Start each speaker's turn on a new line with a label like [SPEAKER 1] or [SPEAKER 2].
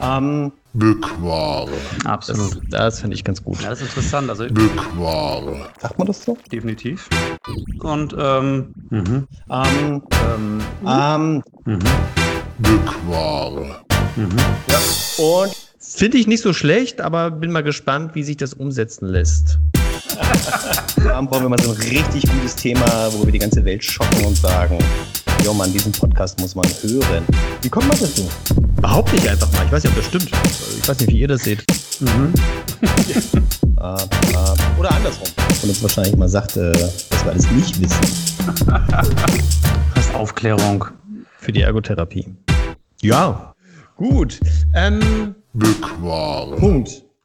[SPEAKER 1] Ähm,
[SPEAKER 2] Bückware.
[SPEAKER 1] absolut. Das finde ich ganz gut.
[SPEAKER 3] Ja, das ist interessant, also
[SPEAKER 2] Bückware.
[SPEAKER 1] Sagt man das so?
[SPEAKER 3] definitiv. Und ähm, mhm,
[SPEAKER 1] Ähm,
[SPEAKER 3] ähm,
[SPEAKER 1] ähm,
[SPEAKER 3] mhm,
[SPEAKER 2] Bückware.
[SPEAKER 3] mhm.
[SPEAKER 1] und finde ich nicht so schlecht, aber bin mal gespannt, wie sich das umsetzen lässt.
[SPEAKER 4] Abend brauchen wir mal so ein richtig gutes Thema, wo wir die ganze Welt schocken und sagen, jo Mann, diesen Podcast muss man hören.
[SPEAKER 5] Wie kommt man dazu?
[SPEAKER 1] Behaupte ich einfach mal. Ich weiß nicht, ob das stimmt. Ich weiß nicht, wie ihr das seht.
[SPEAKER 3] mhm.
[SPEAKER 4] Äh, äh, oder andersrum. Und uns wahrscheinlich mal sagt, äh, dass wir alles nicht wissen.
[SPEAKER 3] Das ist Aufklärung.
[SPEAKER 1] Für die Ergotherapie. Ja. Gut. Ähm,
[SPEAKER 2] Bückware.
[SPEAKER 5] Punkt.